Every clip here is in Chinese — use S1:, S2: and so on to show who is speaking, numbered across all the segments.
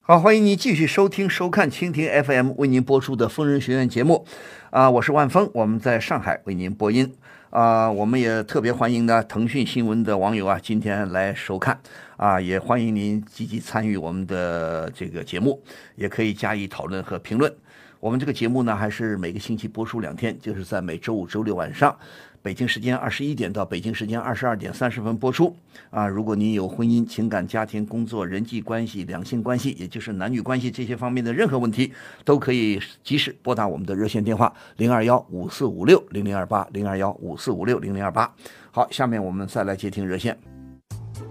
S1: 好，欢迎您继续收听、收看蜻蜓 FM 为您播出的《疯人学院》节目，啊、我是万峰，我们在上海为您播音，啊、我们也特别欢迎呢腾讯新闻的网友啊，今天来收看，啊、也欢迎您积极参与我们的这个节目，也可以加以讨论和评论。我们这个节目呢，还是每个星期播出两天，就是在每周五、周六晚上，北京时间二十一点到北京时间二十二点三十分播出。啊，如果您有婚姻、情感、家庭、工作、人际关系、两性关系，也就是男女关系这些方面的任何问题，都可以及时拨打我们的热线电话零二幺五四五六零零二八零二幺五四五六零零二八。好，下面我们再来接听热线。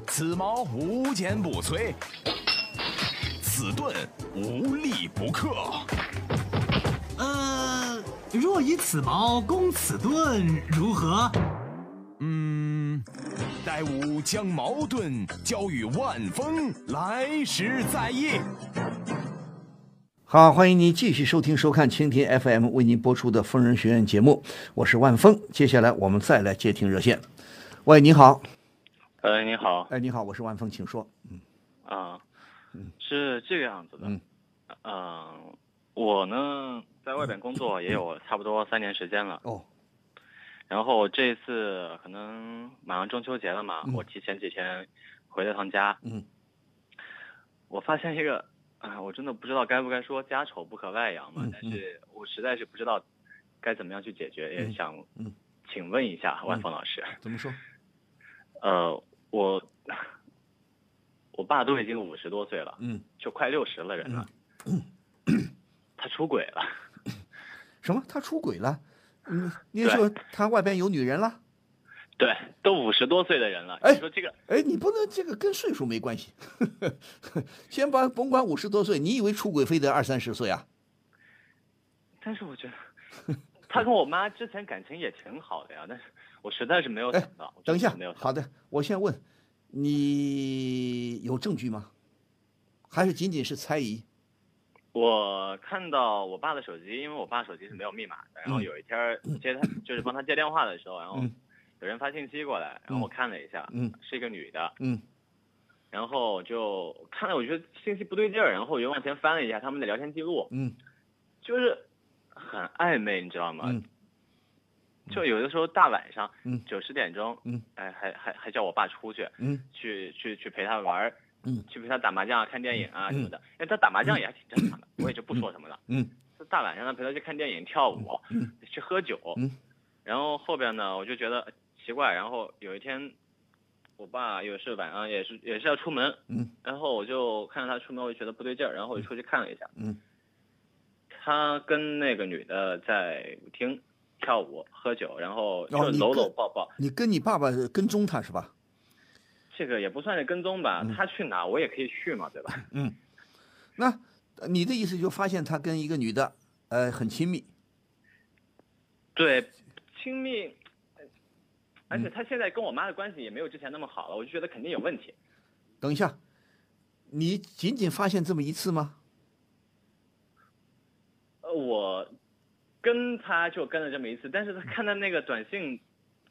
S2: 此矛无坚不摧，此盾无力不克。
S3: 呃，若以此矛攻此盾，如何？
S2: 嗯，待吾将矛盾交与万峰，来时再议。
S1: 好，欢迎您继续收听、收看蜻蜓 FM 为您播出的《疯人学院》节目，我是万峰。接下来我们再来接听热线。喂，你好。
S4: 呃，你好
S1: 哎，你好，我是万峰，请说。
S4: 啊，是这个样子的，
S1: 嗯
S4: 嗯、我呢在外边工作也有差不多三年时间了，
S1: 哦，
S4: 然后这次可能马上中秋节了嘛，我提前几天回了趟家，
S1: 嗯，
S4: 我发现一个，啊、我真的不知道该不该说家丑不可外扬嘛，
S1: 嗯
S4: 但是我实在是不知道该怎么样去解决，
S1: 嗯
S4: 也想
S1: 嗯
S4: 请问一下万峰老师，
S1: 怎么说？
S4: 呃，我我爸都已经五十多岁了。
S1: 嗯，
S4: 就快六十了人了， 他出轨了。
S1: 什么？他出轨了？嗯，你说他外边有女人了？
S4: 对，都五十多岁的人了，
S1: 哎
S4: 你说这个
S1: 哎，你不能这个跟岁数没关系， 先把甭管五十多岁，你以为出轨非得二三十岁啊？
S4: 但是我觉得 他跟我妈之前感情也挺好的呀，但是我实在是没有想到。我真
S1: 哎等一
S4: 的
S1: 下
S4: 是没有，想到
S1: 好的，我先问，你有证据吗？还是仅仅是猜疑？
S4: 我看到我爸的手机，因为我爸手机是没有密码的，然后
S1: 嗯
S4: 有一天儿接他就是帮他接电话的时候，然后
S1: 嗯
S4: 有人发信息过来，然后我看了一下，
S1: 嗯
S4: 是一个女的，
S1: 嗯
S4: 然后就看了我觉得信息不对劲儿，然后我就往前翻了一下他们的聊天记录，
S1: 嗯
S4: 就是很暧昧，你知道吗？
S1: 嗯
S4: 就有的时候大晚上，
S1: 嗯
S4: 九十点钟，
S1: 嗯，
S4: 哎，还还还叫我爸出去，
S1: 嗯
S4: 去去去陪他玩儿，
S1: 嗯，
S4: 去陪他打麻将、看电影啊
S1: 嗯
S4: 什么的。哎，他打麻将也还挺正常的，我也就不说什么了。
S1: 嗯
S4: 就大晚上的陪他去看电影、跳舞、去喝酒，
S1: 嗯，
S4: 然后后边呢，我就觉得呃奇怪，然后有一天，我爸也是晚上也是也是要出门，
S1: 嗯，
S4: 然后我就看着他出门，我就觉得不对劲儿，然后我就出去看了一下，
S1: 嗯，
S4: 他跟那个女的在舞厅跳舞、喝酒，然后就
S1: 哦你
S4: 搂
S1: 跟
S4: 搂抱抱，
S1: 你跟你爸爸跟踪他是吧？
S4: 这个也不算是跟踪吧，
S1: 嗯
S4: 他去哪我也可以去嘛，对 吧？
S1: 那呃你的意思就发现他跟一个女的，呃，很亲密，
S4: 对，亲密，呃而且他现在跟我妈的关系也没有之前那么好了，我就觉得肯定有问题。
S1: 等一下，你仅仅发现这么一次吗？
S4: 呃，我跟他就跟了这么一次，但是他看他那个短信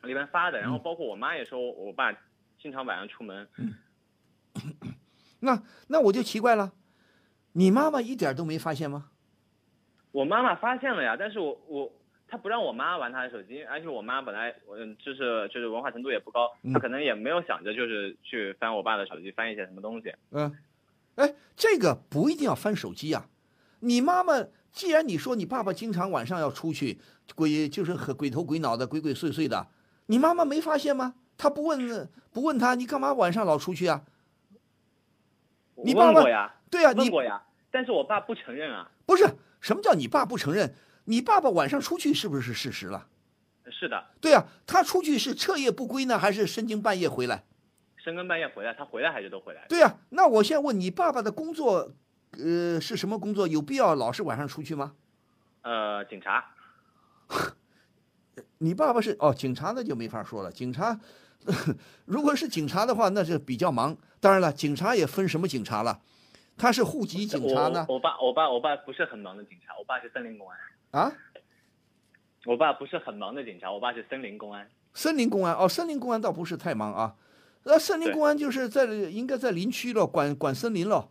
S4: 里面发的，然
S1: 嗯
S4: 后包括我妈也说，我爸经常晚上出门，
S1: 那那我就奇怪了，你妈妈一点都没发现吗？
S4: 我妈妈发现了呀，但是我我她不让我妈玩她的手机，而且我妈本来我就是就是文化程度也不高，
S1: 嗯
S4: 她可能也没有想着就是去翻我爸的手机翻一些什么东西，
S1: 嗯，哎，这个不一定要翻手机啊。你妈妈，既然你说你爸爸经常晚上要出去，鬼就是和鬼头鬼脑的、鬼鬼祟祟的，你妈妈没发现吗？她不问不问他，你干嘛晚上老出去啊？
S4: 我
S1: 你爸爸
S4: 问过呀，
S1: 对啊，
S4: 问
S1: 你
S4: 过呀，但是我爸不承认啊。
S1: 不是什么叫你爸不承认？你爸爸晚上出去是不是事实了？
S4: 是的，
S1: 对啊，他出去是彻夜不归呢，还是深更半夜回来？
S4: 深更半夜回来，他回来还是都回来的。
S1: 对呀、啊那我现在问你，爸爸的工作，呃，是什么工作？有必要老是晚上出去吗？
S4: 呃，警察，
S1: 你爸爸是哦，警察那就没法说了。警察， 如果是警察的话，那是比较忙。当然了，警察也分什么警察了，他是户籍警察呢
S4: 我我爸我爸我爸不是很忙的警察，我爸是森林公安。
S1: 啊，
S4: 我爸不是很忙的警察，我爸是森林公安。
S1: 森林公安哦，森林公安倒不是太忙啊。那森林
S4: 对
S1: 公安就是在应该在林区了，管管森林了。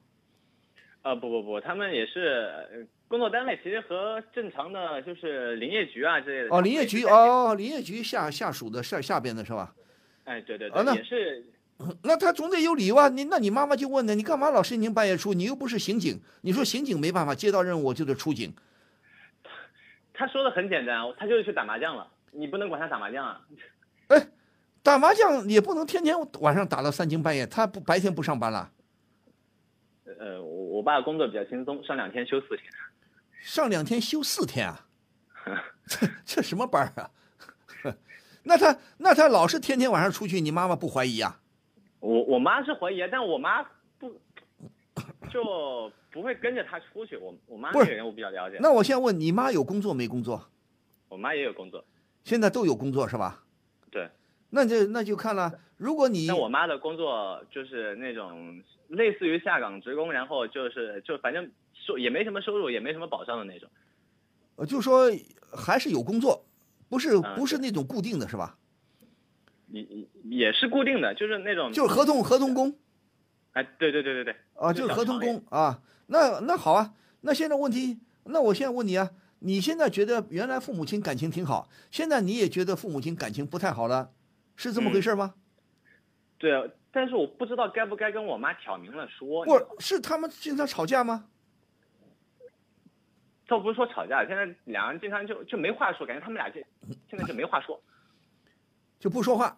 S4: 呃，不不不，他们也是呃工作单位，其实和正常的就是林业局啊之类的。
S1: 哦，林业局，哦，林业局下下属的下下边的是吧？
S4: 哎，对对
S1: 啊
S4: 对，
S1: 那
S4: 也是
S1: 那他总得有理由啊！你那你妈妈就问了，你干嘛老深更半夜出？你又不是刑警，你说刑警没办法，接到任务我就得出警。
S4: 他说的很简单，他就是去打麻将了，你不能管他打麻将啊。
S1: 打麻将也不能天天晚上打到三更半夜，他不白天不上班了，
S4: 呃，我我爸工作比较轻松，上两天休四天。
S1: 上两天休四天 啊，这这什么班儿啊？ 那他那他老是天天晚上出去，你妈妈不怀疑啊？
S4: 我我妈是怀疑啊，但我妈不就不会跟着他出去。我我妈
S1: 不是
S4: 这个人我比较了解，
S1: 那我现在问你妈有工作没工作？
S4: 我妈也有工作，
S1: 现在都有工作是吧？
S4: 对。
S1: 那就那就看了，如果你
S4: 但我妈的工作就是那种类似于下岗职工，然后就是就反正收也没什么收入，也没什么保障的那种。
S1: 呃就说还是有工作，不是
S4: 啊
S1: 不是
S4: 对
S1: 那种固定的是吧？
S4: 也也也是固定的，就是那种
S1: 就是合同合同工
S4: 哎，对对对对对，
S1: 啊，就是合同工啊。那那好啊，那现在问题，那我现在问你啊，你现在觉得原来父母亲感情挺好，现在你也觉得父母亲感情不太好了，是这么回事吗？
S4: 对，啊但是我不知道该不该跟我妈挑明了说。
S1: 不、是他们经常吵架吗？
S4: 倒不是说吵架，现在两人经常就就没话说，感觉他们俩这现在就没话说。
S1: 就不说话，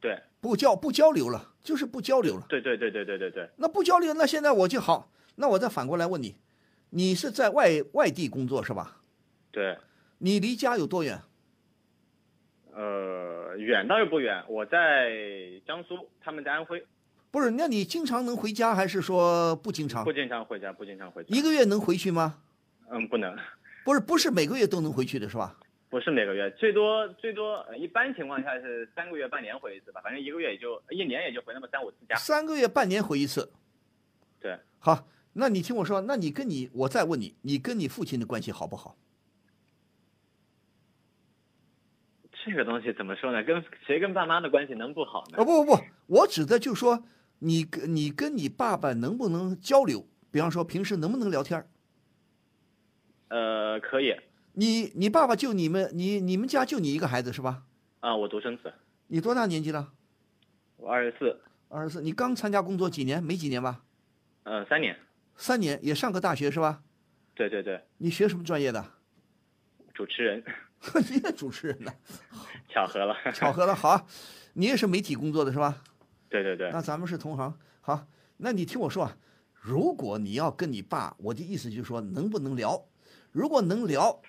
S4: 对
S1: 不交不交流了，就是不交流了。
S4: 对对对对对对对，
S1: 那不交流，那现在我就好，那我再反过来问你，你是在外外地工作是吧？
S4: 对，
S1: 你离家有多远？
S4: 呃，远倒是不远，我在江苏，他们在安徽，
S1: 不是，那你经常能回家，还是说不经常
S4: 不？经常回家，不经常回家。
S1: 一个月能回去吗？
S4: 嗯，不能，
S1: 不是，不是每个月都能回去的是吧？
S4: 不是每个月，最多最多，呃一般情况下是三个月半年回一次吧，反正一个月也就一年也就回那么三五次家。
S1: 三个月、半年回一次。
S4: 对，
S1: 好，那你听我说，那你跟你，我再问你，你跟你父亲的关系好不好？
S4: 这个东西怎么说呢？跟谁跟爸妈的关系能不好呢
S1: 啊、？不不不，我指的就是说，你跟你跟你爸爸能不能交流？比方说平时能不能聊天儿？
S4: 呃，可以
S1: 你你爸爸就你们你你们家就你一个孩子是吧？
S4: 啊，我独生子，
S1: 你多大年纪了？
S4: 我二十四，
S1: 二十四。你刚参加工作几年？没几年吧？
S4: 呃，三年，
S1: 三年，也上个大学是吧？
S4: 对对对，
S1: 你学什么专业的？
S4: 主持人，
S1: 你也主持人呢？
S4: 巧合了，
S1: 巧合了，好啊，你也是媒体工作的是吧？
S4: 对对对，
S1: 那咱们是同行，好，那你听我说啊，如果你要跟你爸，我的意思就是说能不能聊？如果能聊，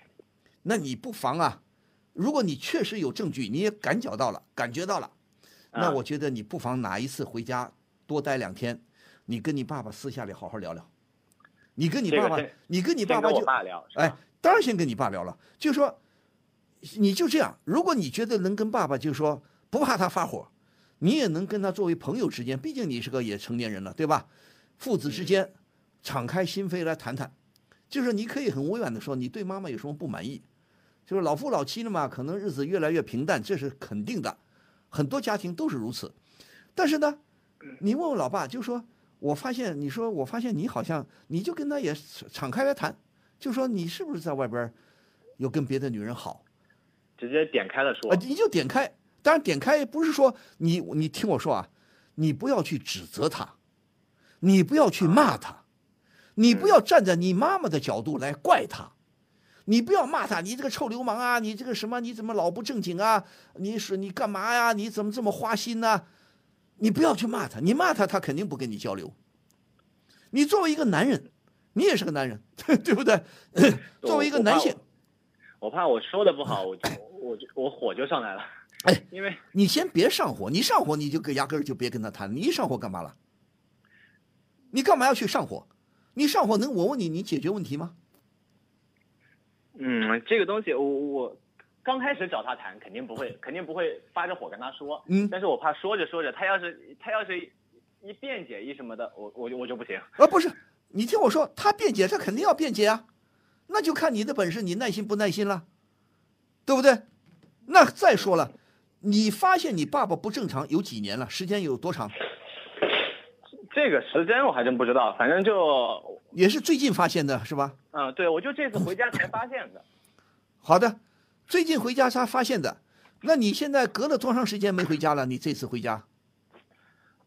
S1: 那你不妨啊，如果你确实有证据，你也感觉到了，感觉到了，那
S4: 啊
S1: 我觉得你不妨哪一次回家多待两天，你跟你爸爸私下里好好聊聊。你跟你
S4: 这
S1: 爸
S4: 个
S1: 爸
S4: 先，
S1: 你跟你
S4: 先
S1: 爸爸
S4: 跟我
S1: 就
S4: 爸聊，是吧
S1: 哎，当然先跟你爸聊了，就说你就这样，如果你觉得能跟爸爸，就说不怕他发火，你也能跟他作为朋友之间，毕竟你是个也成年人了，对吧？父
S4: 嗯
S1: 子之间敞开心扉来谈谈，就是你可以很委婉的说你对妈妈有什么不满意，就是老夫老妻了嘛，可能日子越来越平淡，这是肯定的，很多家庭都是如此。但是呢，
S4: 嗯
S1: 你问问老爸，就说我发现，你说我发现你好像，你就跟他也敞开来谈，就说你是不是在外边儿有跟别的女人好
S4: 直接点开了说
S1: 啊？，你就点开，当然点开不是说你你听我说啊，你不要去指责他，你不要去骂他，你不要
S4: 嗯
S1: 站在你妈妈的角度来怪他。你不要骂他，你这个臭流氓啊，你这个什么，你怎么老不正经啊？你是你干嘛呀、你怎么这么花心呢、你不要去骂他，你骂他，他肯定不跟你交流。你作为一个男人，你也是个男人， 对不对？作为一个男性，
S4: 我怕我说的不好，我就我就我火就上来了，
S1: 哎，
S4: 因为
S1: 你先别上火，你上火你就跟压根儿就别跟他谈，你一上火干嘛了？你干嘛要去上火？你上火能我问你，你解决问题吗？
S4: 嗯，这个东西我我刚开始找他谈，肯定不会，肯定不会发着火跟他说。
S1: 嗯
S4: 但是我怕说着说着，他要是他要是一一辩解一什么的，我我就我就不行。
S1: 啊，不是，你听我说，他辩解，他肯定要辩解啊，那就看你的本事，你耐心不耐心了，对不对？那再说了，你发现你爸爸不正常有几年了？时间有多长？
S4: 这个时间我还真不知道，反正就，
S1: 也是最近发现的是吧？
S4: 嗯、对我就这次回家才发现的。
S1: 好的，最近回家才发现的。那你现在隔了多长时间没回家了？你这次回家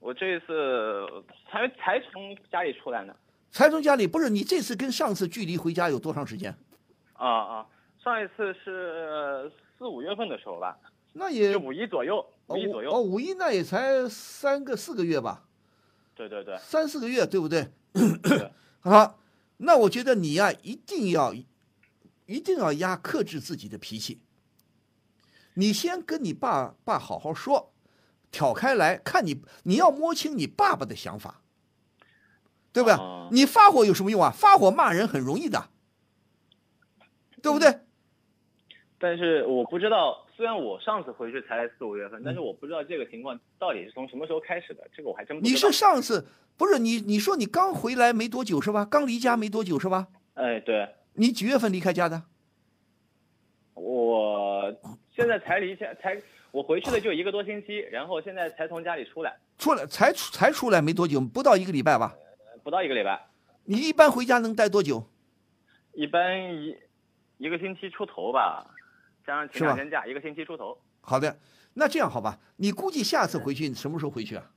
S4: 我这次才才从家里出来呢。
S1: 才从家里，不是你这次跟上次距离回家有多长时间？
S4: 啊啊，上一次是四五月份的时候吧，
S1: 那也
S4: 就五一左右，
S1: 哦
S4: 五一左
S1: 哦，
S4: 右。
S1: 五一那也才三个四个月吧，
S4: 对对对，
S1: 三四个月对不对？
S4: 对
S1: 好，那我觉得你呀、一定要，一定要压克制自己的脾气。你先跟你爸爸好好说，挑开来看你，你要摸清你爸爸的想法，对不对？
S4: 哦
S1: 你发火有什么用啊？发火骂人很容易的，对不对？
S4: 但是我不知道，虽然我上次回去才四五月份，
S1: 嗯
S4: 但是我不知道这个情况到底是从什么时候开始的，这个我还真不知道。
S1: 你是上次不是你？你说你刚回来没多久是吧？刚离家没多久是吧？
S4: 哎，对
S1: 你几月份离开家的？
S4: 我现在才离家，才我回去的就一个多星期，然后现在才从家里出来，
S1: 出来才出才出来没多久，不到一个礼拜吧？
S4: 不到一个礼拜，
S1: 你一般回家能待多久？
S4: 一般一一个星期出头吧，加上请
S1: 是吧
S4: 两天假，一个星期出头。
S1: 好的，那这样好吧？你估计下次回去你什么时候回去啊？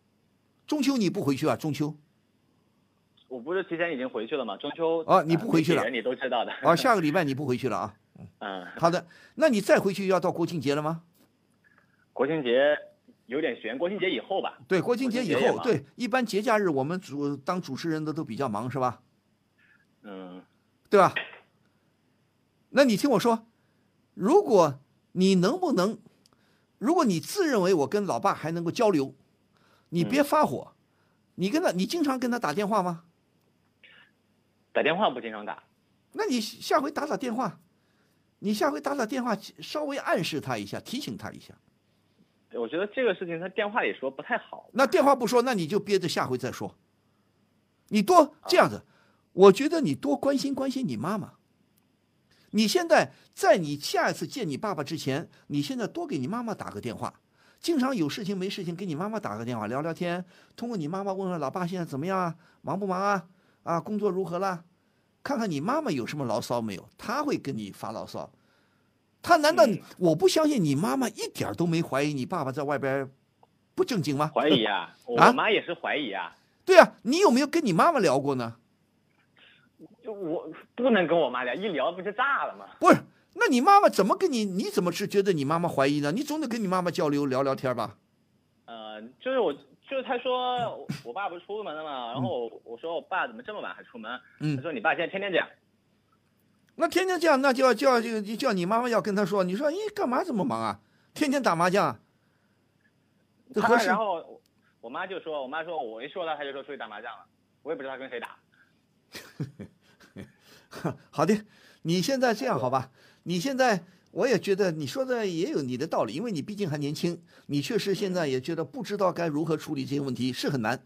S1: 中秋你不回去啊？中秋
S4: 我不是提前已经回去了吗？中秋
S1: 哦你不回去了
S4: 呃媒体人你都知道的。
S1: 啊，下个礼拜你不回去了啊？
S4: 嗯，
S1: 好的，那你再回去要到国庆节了吗？
S4: 国庆节有点悬，国庆节以后吧。
S1: 对，国庆节以
S4: 国庆节也
S1: 后，
S4: 忙
S1: 对，一般节假日我们主当主持人的都比较忙是吧？
S4: 嗯，
S1: 对吧？那你听我说，如果你能不能，如果你自认为我跟老爸还能够交流，你别发火，你跟他，你经常跟他打电话吗？
S4: 打电话不经常打。
S1: 那你下回打打电话，你下回打打电话，稍微暗示他一下，提醒他一下。
S4: 我觉得这个事情他电话里说不太好。
S1: 那电话不说，那你就憋着下回再说。你多这
S4: 啊
S1: 样子，我觉得你多关心关心你妈妈。你现在在你下一次见你爸爸之前，你现在多给你妈妈打个电话，经常有事情没事情给你妈妈打个电话聊聊天，通过你妈妈问问老爸现在怎么样啊，忙不忙啊，啊工作如何啦，看看你妈妈有什么牢骚没有，她会跟你发牢骚。她难道
S4: 嗯
S1: 我不相信你妈妈一点儿都没怀疑你爸爸在外边儿不正经吗？
S4: 怀 疑啊，我
S1: 啊
S4: 妈也是怀疑啊，
S1: 对啊，你有没有跟你妈妈聊过呢？
S4: 就我不能跟我妈聊，一聊不就炸了吗？
S1: 不是，那你妈妈怎么跟你？你怎么是觉得你妈妈怀疑呢？你总得跟你妈妈交流聊聊天吧？
S4: 呃，就是我，就是他说我我爸不是出门了嘛，然后我我说我爸怎么这么晚还出门？
S1: 嗯
S4: 他说你爸现在天天这样，
S1: 那天天这样，那就要就要就叫你妈妈要跟她说，你说你干嘛这么忙啊？天天打麻将啊，这合
S4: 他
S1: 适
S4: 然？后我我妈就说，我妈说我一说他，他就说出去打麻将了，我也不知道他跟谁打。
S1: 好的，你现在这样好吧？你现在我也觉得你说的也有你的道理，因为你毕竟还年轻，你确实现在也觉得不知道该如何处理这些问题是很难。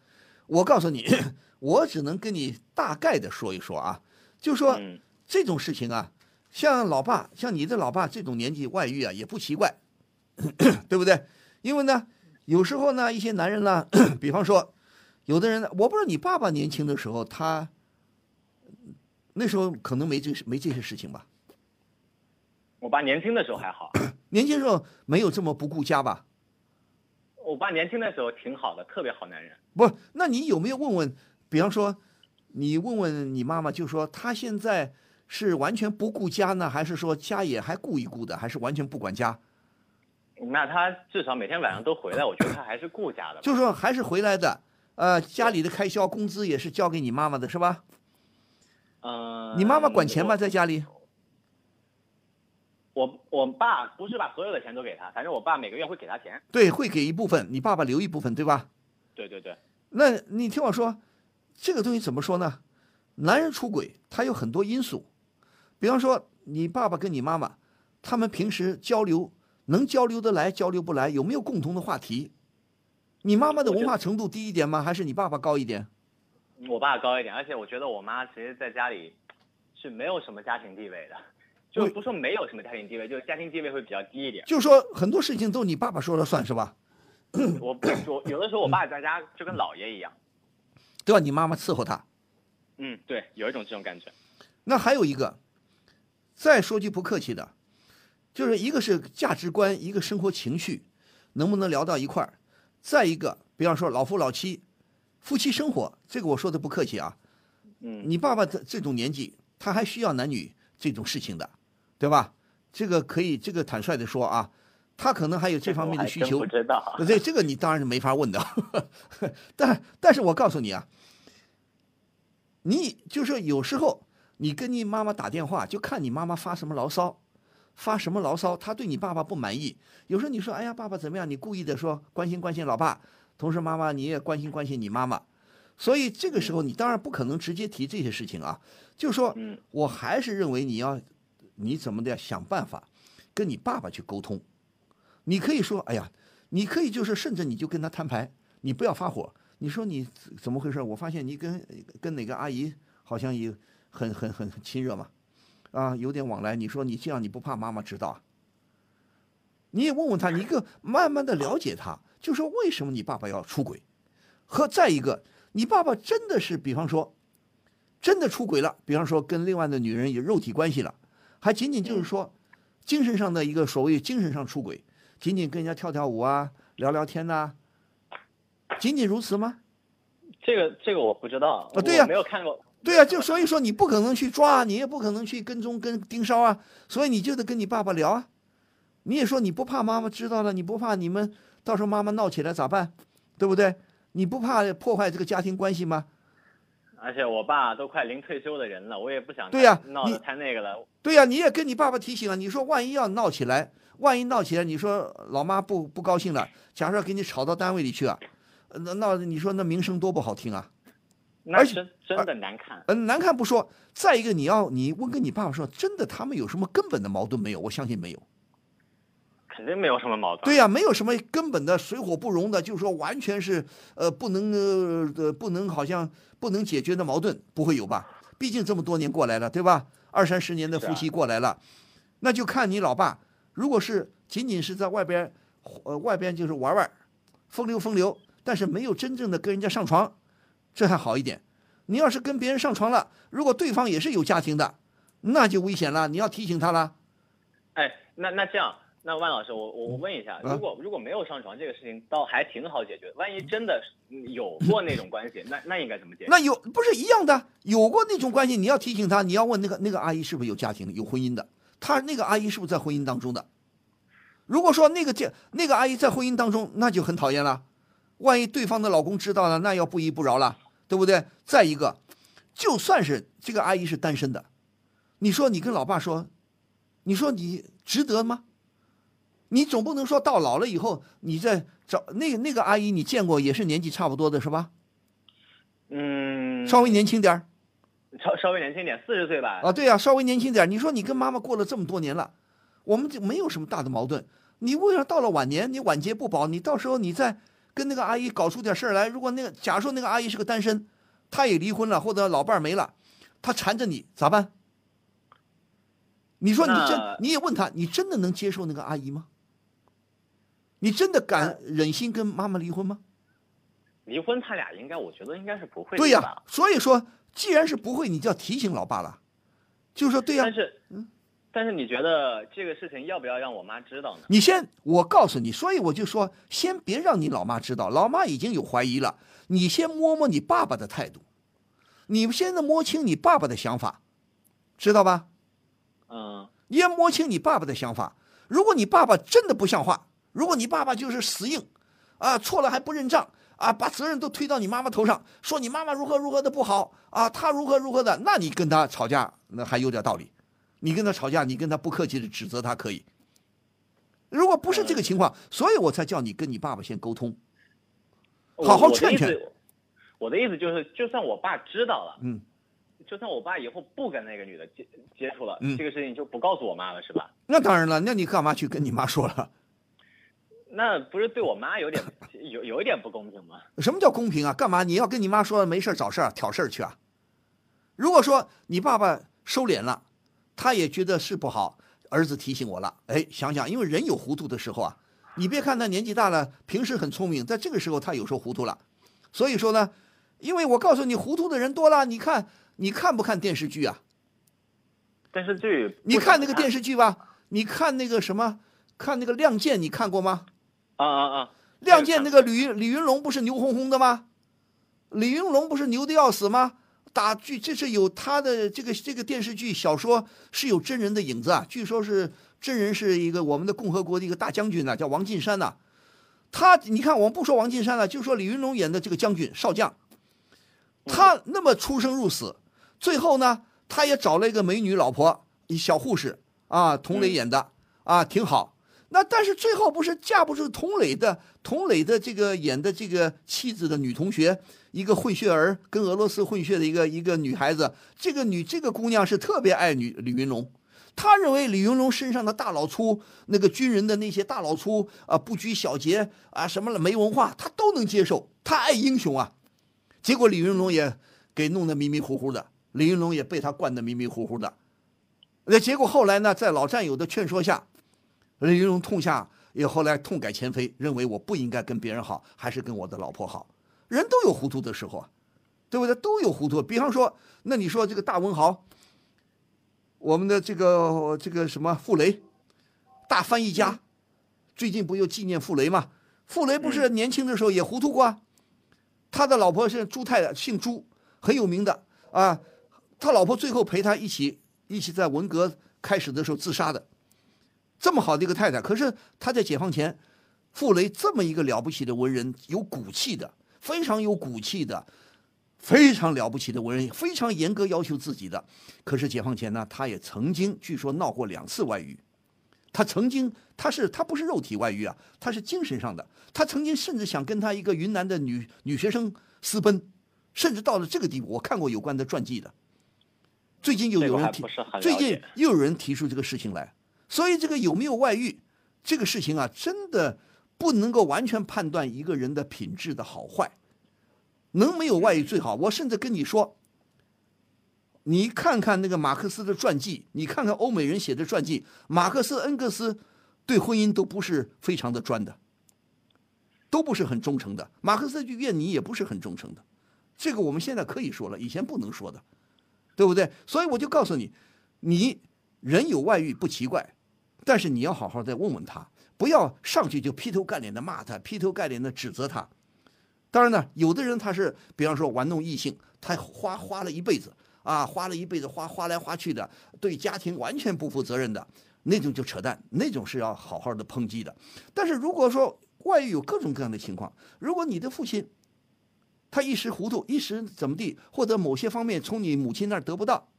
S1: 我告诉你， 我只能跟你大概的说一说啊，就说
S4: 嗯
S1: 这种事情啊，像老爸，像你的老爸这种年纪外遇啊，也不奇怪，对不对？因为呢，有时候呢，一些男人呢，比方说，有的人呢，我不知道你爸爸年轻的时候，他那时候可能没这没这些事情吧，
S4: 我爸年轻的时候还好，
S1: 年轻时候没有这么不顾家吧？
S4: 我爸年轻的时候挺好的，特别好男人。
S1: 不，那你有没有问问？比方说，你问问你妈妈，就说她现在是完全不顾家呢，还是说家也还顾一顾的，还是完全不管家？
S4: 那他至少每天晚上都回来，我觉得他还是顾家的吧。
S1: 就说还是回来的，呃，家里的开销、工资也是交给你妈妈的，是吧？
S4: 嗯、
S1: 你妈妈管钱
S4: 我
S1: 吗？在家里？
S4: 我我爸不是把所有的钱都给他，反正我爸每个月会给他钱。
S1: 对，会给一部分，你爸爸留一部分，对吧？
S4: 对对对，
S1: 那你听我说，这个东西怎么说呢？男人出轨，他有很多因素，比方说你爸爸跟你妈妈，他们平时交流能交流得来，交流不来，有没有共同的话题？你妈妈的文化程度低一点吗？还是你爸爸高一点？
S4: 我爸高一点，而且我觉得我妈其实在家里是没有什么家庭地位的，就
S1: 对
S4: 不说没有什么家庭地位，就是家庭地位会比较低一点。
S1: 就说很多事情都你爸爸说了算是吧？
S4: 我我有的时候我爸在家就跟姥爷一样，
S1: 对吧？你妈妈伺候他。
S4: 嗯，对，有一种这种感觉。
S1: 那还有一个，再说句不客气的，就是一个是价值观，一个生活情绪，能不能聊到一块儿？再一个，比方说老夫老妻，夫妻生活，这个我说的不客气啊。
S4: 嗯，
S1: 你爸爸这这种年纪，他还需要男女这种事情的，对吧？这个可以，这个坦率的说啊，他可能还有这方面的需求。
S4: 我还真不知道。
S1: 对，这个你当然是没法问的，但但是我告诉你啊，你就是有时候你跟你妈妈打电话，就看你妈妈发什么牢骚，发什么牢骚，她对你爸爸不满意。有时候你说，哎呀，爸爸怎么样？你故意的说关心关心老爸，同时妈妈你也关心关心你妈妈。所以这个时候你当然不可能直接提这些事情啊，就是说
S4: 嗯，
S1: 我还是认为你要你怎么的要想办法跟你爸爸去沟通。你可以说，哎呀，你可以就是甚至你就跟他摊牌，你不要发火。你说你怎怎么回事？我发现你跟跟哪个阿姨好像也很很很很亲热嘛，啊，有点往来。你说你这样你不怕妈妈知道啊？你也问问他，你一个慢慢的了解他，就说为什么你爸爸要出轨，和再一个，你爸爸真的是，比方说，真的出轨了，比方说跟另外的女人有肉体关系了，还仅仅就是说，精神上的一个所谓精神上出轨，仅仅跟人家跳跳舞啊，聊聊天呐、仅仅如此吗？
S4: 这个这个我不知道，
S1: 啊对呀
S4: 我没有看过。
S1: 对啊呀、就所以说你不可能去抓，你也不可能去跟踪跟盯梢啊，所以你就得跟你爸爸聊啊。你也说你不怕妈妈知道了，你不怕你们到时候妈妈闹起来咋办，对不对？你不怕破坏这个家庭关系吗？
S4: 而且我爸都快临退休的人了，我也不想
S1: 对呀
S4: 他闹
S1: 你
S4: 得太那个了。
S1: 对呀、你也跟你爸爸提醒了，啊你说万一要闹起来，万一闹起来，你说老妈不不高兴了，假如要给你吵到单位里去啊，呃那那你说那名声多不好听啊，
S4: 那
S1: 而且
S4: 真真的难看。
S1: 嗯，难看不说，再一个你要你问跟你爸爸说，真的他们有什么根本的矛盾没有？我相信没有。
S4: 肯定没有什么矛盾。
S1: 对呀、没有什么根本的水火不容的，就是说完全是呃不能呃呃不能好像不能解决的矛盾，不会有吧？毕竟这么多年过来了，对吧？二三十年的
S4: 是
S1: 夫
S4: 啊
S1: 妻过来了，那就看你老爸，如果是仅仅是在外边呃外边就是玩玩，风流风流，但是没有真正的跟人家上床，这还好一点。你要是跟别人上床了，如果对方也是有家庭的，那就危险了，你要提醒他了。
S4: 哎，那那这样，那万老师，我我我问一下，
S1: 嗯
S4: 如果如果没有上床这个事情，倒还挺好解决。万一真的是有过那种关系，那那应该怎么解决？
S1: 那有不是一样的？有过那种关系，你要提醒他，你要问那个那个阿姨是不是有家庭、有婚姻的，她那个阿姨是不是在婚姻当中的？如果说那个这那个阿姨在婚姻当中，那就很讨厌了。万一对方的老公知道了，那要不依不饶了，对不对？再一个，就算是这个阿姨是单身的，你说你跟老爸说，你说你值得吗？你总不能说到老了以后你再找那个那个阿姨，你见过也是年纪差不多的是吧？
S4: 嗯，
S1: 稍微年轻点儿，
S4: 稍稍微年轻点，四十岁吧。
S1: 啊，对呀、稍微年轻点儿。你说你跟妈妈过了这么多年了，我们就没有什么大的矛盾。你为啥到了晚年，你晚节不保？你到时候你再跟那个阿姨搞出点事儿来，如果那个假如说那个阿姨是个单身，她也离婚了，或者老伴儿没了，她缠着你咋办？你说你真
S4: 那，
S1: 你也问她，你真的能接受那个阿姨吗？你真的敢忍心跟妈妈离婚吗？
S4: 离婚他俩应该，我觉得应该是不会的
S1: 对呀、
S4: 吧。
S1: 所以说，既然是不会，你就要提醒老爸了，就是说，对呀、嗯
S4: 但是，但是你觉得这个事情要不要让我妈知道呢？
S1: 你先，我告诉你，所以我就说，先别让你老妈知道，老妈已经有怀疑了。你先摸摸你爸爸的态度，你现在摸清你爸爸的想法，知道吧？
S4: 嗯，
S1: 你要摸清你爸爸的想法。如果你爸爸真的不像话，如果你爸爸就是死硬，啊，错了还不认账，啊，把责任都推到你妈妈头上，说你妈妈如何如何的不好，啊，她如何如何的，那你跟他吵架那还有点道理。你跟他吵架，你跟他不客气的指责他可以。如果不是这个情况，所以我才叫你跟你爸爸先沟通。
S4: 我
S1: 好好劝劝
S4: 我的意思。我的意思就是，就算我爸知道了，
S1: 嗯，
S4: 就算我爸以后不跟那个女的接接触了，
S1: 嗯
S4: 这个事情就不告诉我妈了，是吧？
S1: 那当然了，那你干嘛去跟你妈说了？
S4: 那不是对我妈 有点有有一点不公平吗？
S1: 什么叫公平啊？干嘛你要跟你妈说没事儿找事儿挑事儿去啊？如果说你爸爸收敛了，他也觉得是不好，儿子提醒我了，哎，想想，因为人有糊涂的时候啊，你别看他年纪大了，平时很聪明，在这个时候他有时候糊涂了，所以说呢，因为我告诉你，糊涂的人多了。你看，你看不看电视剧啊？
S4: 电视剧，
S1: 你看那个电
S4: 视
S1: 视剧吧，你看那个什么，看那个《亮剑》，你看过吗？
S4: 啊啊啊，
S1: 《亮剑》那
S4: 个
S1: 个李云李云龙不是牛哄哄的吗？李云龙不是牛的要死吗？打剧这是有他的这个这个电视剧小说是有真人的影子啊，据说是真人是一个我们的共和国的一个大将军呐、叫王进山呐、他你看，我们不说王进山了、就说李云龙演的这个将军少将，他那么出生入死，最后呢，他也找了一个美女老婆，一小护士啊，佟磊演的、啊，挺好。那但是最后不是架不住佟磊的佟磊的这个演的这个妻子的女同学，一个混血儿，跟俄罗斯混血的一个一个女孩子，这个女这个姑娘是特别爱女李云龙。她认为李云龙身上的大老粗，那个军人的那些大老粗啊，不拘小节啊，什么没文化，她都能接受。她爱英雄啊，结果李云龙也给弄得迷迷糊糊的，李云龙也被他惯得迷迷糊糊的。那结果后来呢，在老战友的劝说下，李云龙痛下也后来痛改前非，认为我不应该跟别人好，还是跟我的老婆好。人都有糊涂的时候啊，对不对？都有糊涂。比方说，那你说这个大文豪，我们的这个呃这个什么傅雷，大翻译家，最近不又纪念傅雷嘛？傅雷不是年轻的时候也糊涂过、啊，他的老婆是朱太太，姓朱，很有名的啊。他老婆最后陪他一起一起在文革开始的时候自杀的，这么好的一个太太，可是他在解放前，傅雷这么一个了不起的文人，有骨气的，非常有骨气的，非常了不起的文人，非常严格要求自己的。可是解放前呢，他也曾经据说闹过两次外遇。他曾经，他是他不是肉体外遇啊，他是精神上的。他曾经甚至想跟他一个云南的女女学生私奔，甚至到了这个地步。我看过有关的传记的。最近又
S4: 这个
S1: 有
S4: 我
S1: 人
S4: 还
S1: 提
S4: 不是很，了
S1: 最
S4: 解
S1: 近又有人提出这个事情来，所以这个有没有外遇，这个事情啊，真的不能够完全判断一个人的品质的好坏。能没有外遇最好。我甚至跟你说，你看看那个马克思的传记，你看看欧美人写的传记，马克思、恩格斯对婚姻都不是非常的专的，都不是很忠诚的。马克思对列宁也不是很忠诚的，这个我们现在可以说了，以前不能说的，对不对？所以我就告诉你，你人有外遇不奇怪，但是你要好好再问问他，不要上去就劈头盖脸的骂他，劈头盖脸的指责他。当然呢，有的人他是，比方说玩弄异性，他花花了一辈子啊，花了一辈子花花来花去的，对家庭完全不负责任的那种就扯淡，那种是要好好的抨击的。但是如果说外遇有各种各样的情况，如果你的父亲他一时糊涂，一时怎么地，或者某些方面从你母亲那儿得不到，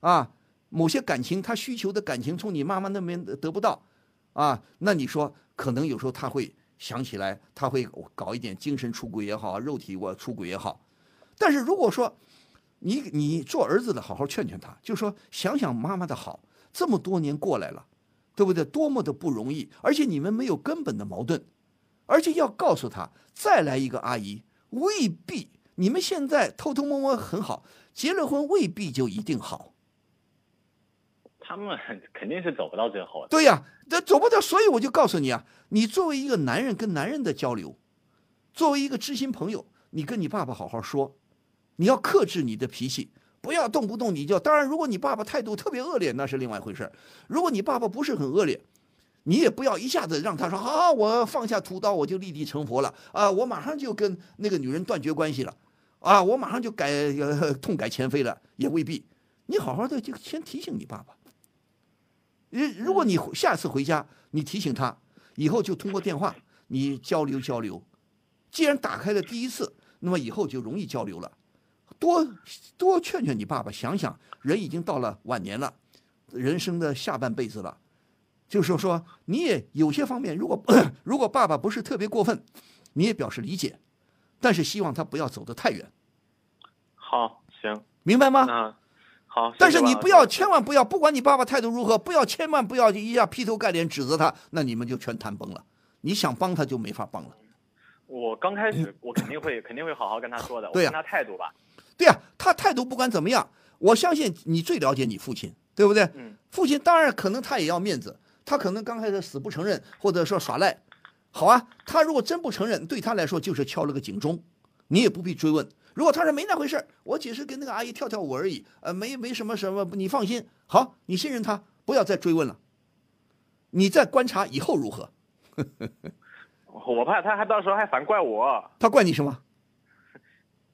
S1: 啊，某些感情他需求的感情从你妈妈那边得不到，啊，那你说可能有时候他会想起来，他会搞一点精神出轨也好，肉体我出轨也好。但是如果说你你做儿子的好好劝劝他，就说想想妈妈的好，这么多年过来了，对不对？多么的不容易，而且你们没有根本的矛盾，而且要告诉他，再来一个阿姨未必，你们现在偷偷摸摸很好，结了婚未必就一定好。
S4: 他们 肯定是走不到最后的。
S1: 对呀、这走不掉，所以我就告诉你啊，你作为一个男人跟男人的交流，作为一个知心朋友，你跟你爸爸好好说，你要克制你的脾气，不要动不动你就。当然，如果你爸爸态度特别恶劣，那是另外一回事儿如果你爸爸不是很恶劣，你也不要一下子让他说啊，我放下屠刀，我就立地成佛了啊，我马上就跟那个女人断绝关系了啊，我马上就改、呃、痛改前非了，也未必。你好好的就先提醒你爸爸。如如果你回下次回家，你提醒他，以后就通过电话你交流交流。既然打开了第一次，那么以后就容易交流了。多多劝劝你爸爸，想想人已经到了晚年了，人生的下半辈子了，就是说你也有些方面，如果 如果爸爸不是特别过分，你也表示理解，但是希望他不要走得太远，
S4: 好，行，
S1: 明白吗？
S4: 那好，
S1: 啊但是
S4: 谢谢
S1: 你
S4: 万
S1: 不要，
S4: 老师
S1: 千万不要，不管你爸爸态度如何，不要，千万不要一下劈头盖脸指责他，那你们就全谈崩了。你想帮他就没法帮了。
S4: 我刚开始我肯定会肯定会好好跟他 说的，我
S1: 对呀
S4: 看他态度吧。
S1: 对呀、他态度不管怎么样，我相信你最了解你父亲，对不对？
S4: 嗯
S1: 父亲当然可能他也要面子，他可能刚开始死不承认，或者说耍赖。好啊，他如果真不承认，对他来说就是敲了个警钟，你也不必追问。如果他说没那回事儿我只是跟那个阿姨跳跳舞而已，呃，没没什么什么，你放心，好，你信任他，不要再追问了，你再观察以后如何？
S4: 我怕他还到时候还反怪我。
S1: 他怪你什么？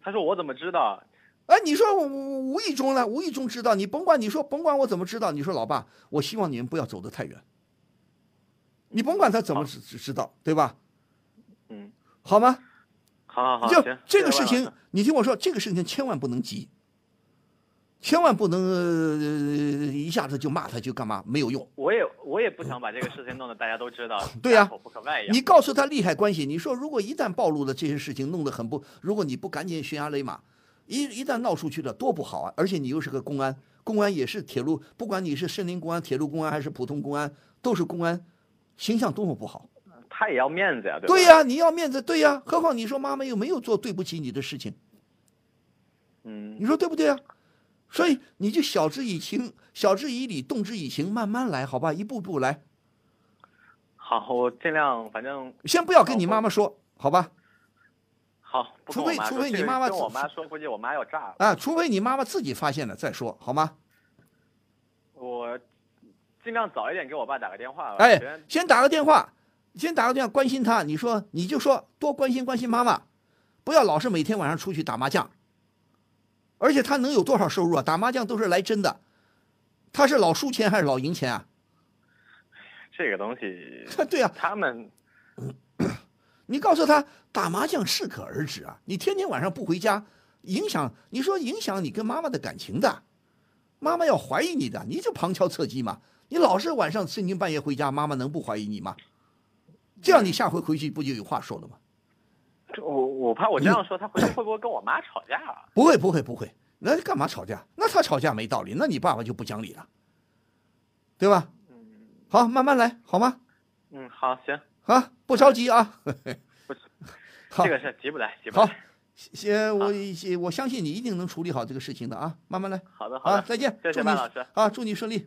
S4: 他说我怎么知道？
S1: 啊，你说我我无意中呢，无意中知道，你甭管你说甭管我怎么知道，你说老爸，我希望你们不要走得太远。你甭管他怎么知知道，对吧？
S4: 嗯，
S1: 好吗？
S4: 好好好，
S1: 就
S4: 行，
S1: 这个
S4: 谢
S1: 事
S4: 谢万
S1: 情
S4: 老师，
S1: 你听我说，这个事情千万不能急，千万不能、呃、一下子就骂他就干嘛，没有用。
S4: 我也我也不想把这个事情弄得大家都知道，
S1: 对呀
S4: 大口不可外扬。
S1: 你告诉他利害关系，你说如果一旦暴露了这些事情，弄得很不，如果你不赶紧悬崖勒马，一一旦闹出去了，多不好啊！而且你又是个公安，公安也是铁路，不管你是森林公安、铁路公安还是普通公安，都是公安，形象多么不好。
S4: 他也要面子呀，对吧？
S1: 对呀、你要面子，对呀、何况你说妈妈又没有做对不起你的事情，
S4: 嗯
S1: 你说对不对啊？所以你就晓之以情，晓之以理，动之以情，慢慢来，好吧，一步步来。
S4: 好，我尽量，反正
S1: 先不要跟你妈妈说，好吧？
S4: 好，不跟
S1: 除非
S4: 我妈说
S1: 除非你
S4: 这个
S1: 妈妈
S4: 跟我
S1: 自
S4: 妈说，估计我妈要炸了。
S1: 啊，除非你妈妈自己发现了再说，好吗？
S4: 我尽量早一点给我爸打个电话吧。
S1: 哎
S4: 别人，
S1: 先打个电话，先打个电话关心他。你说，你就说多关心关心妈妈，不要老是每天晚上出去打麻将。而且他能有多少收入啊？打麻将都是来真的，他是老输钱还是老赢钱啊？
S4: 这个东西，
S1: 对啊，
S4: 他们
S1: 你告诉他打麻将适可而止啊！你天天晚上不回家，影响你说影响你跟妈妈的感情的，妈妈要怀疑你的，你就旁敲侧击嘛。你老是晚上深更半夜回家，妈妈能不怀疑你吗？这样你下回回去不就有话说了吗？
S4: 我我怕我这样说，他回去会不会跟我妈吵架啊？
S1: 不会，不会，不会，那干嘛吵架？那他吵架没道理，那你爸爸就不讲理了，对吧？好，慢慢来，好吗？
S4: 嗯，好，行，
S1: 啊，不着急啊。好
S4: 这，个是急不来，急不
S1: 好
S4: 来。，
S1: 谢我谢我相信你一定能处理好这个事情的啊，慢慢来。
S4: 好的，好
S1: 啊，
S4: 的，
S1: 再见，
S4: 谢
S1: 祝
S4: 谢
S1: 你
S4: 万老师。
S1: 啊，祝你顺利。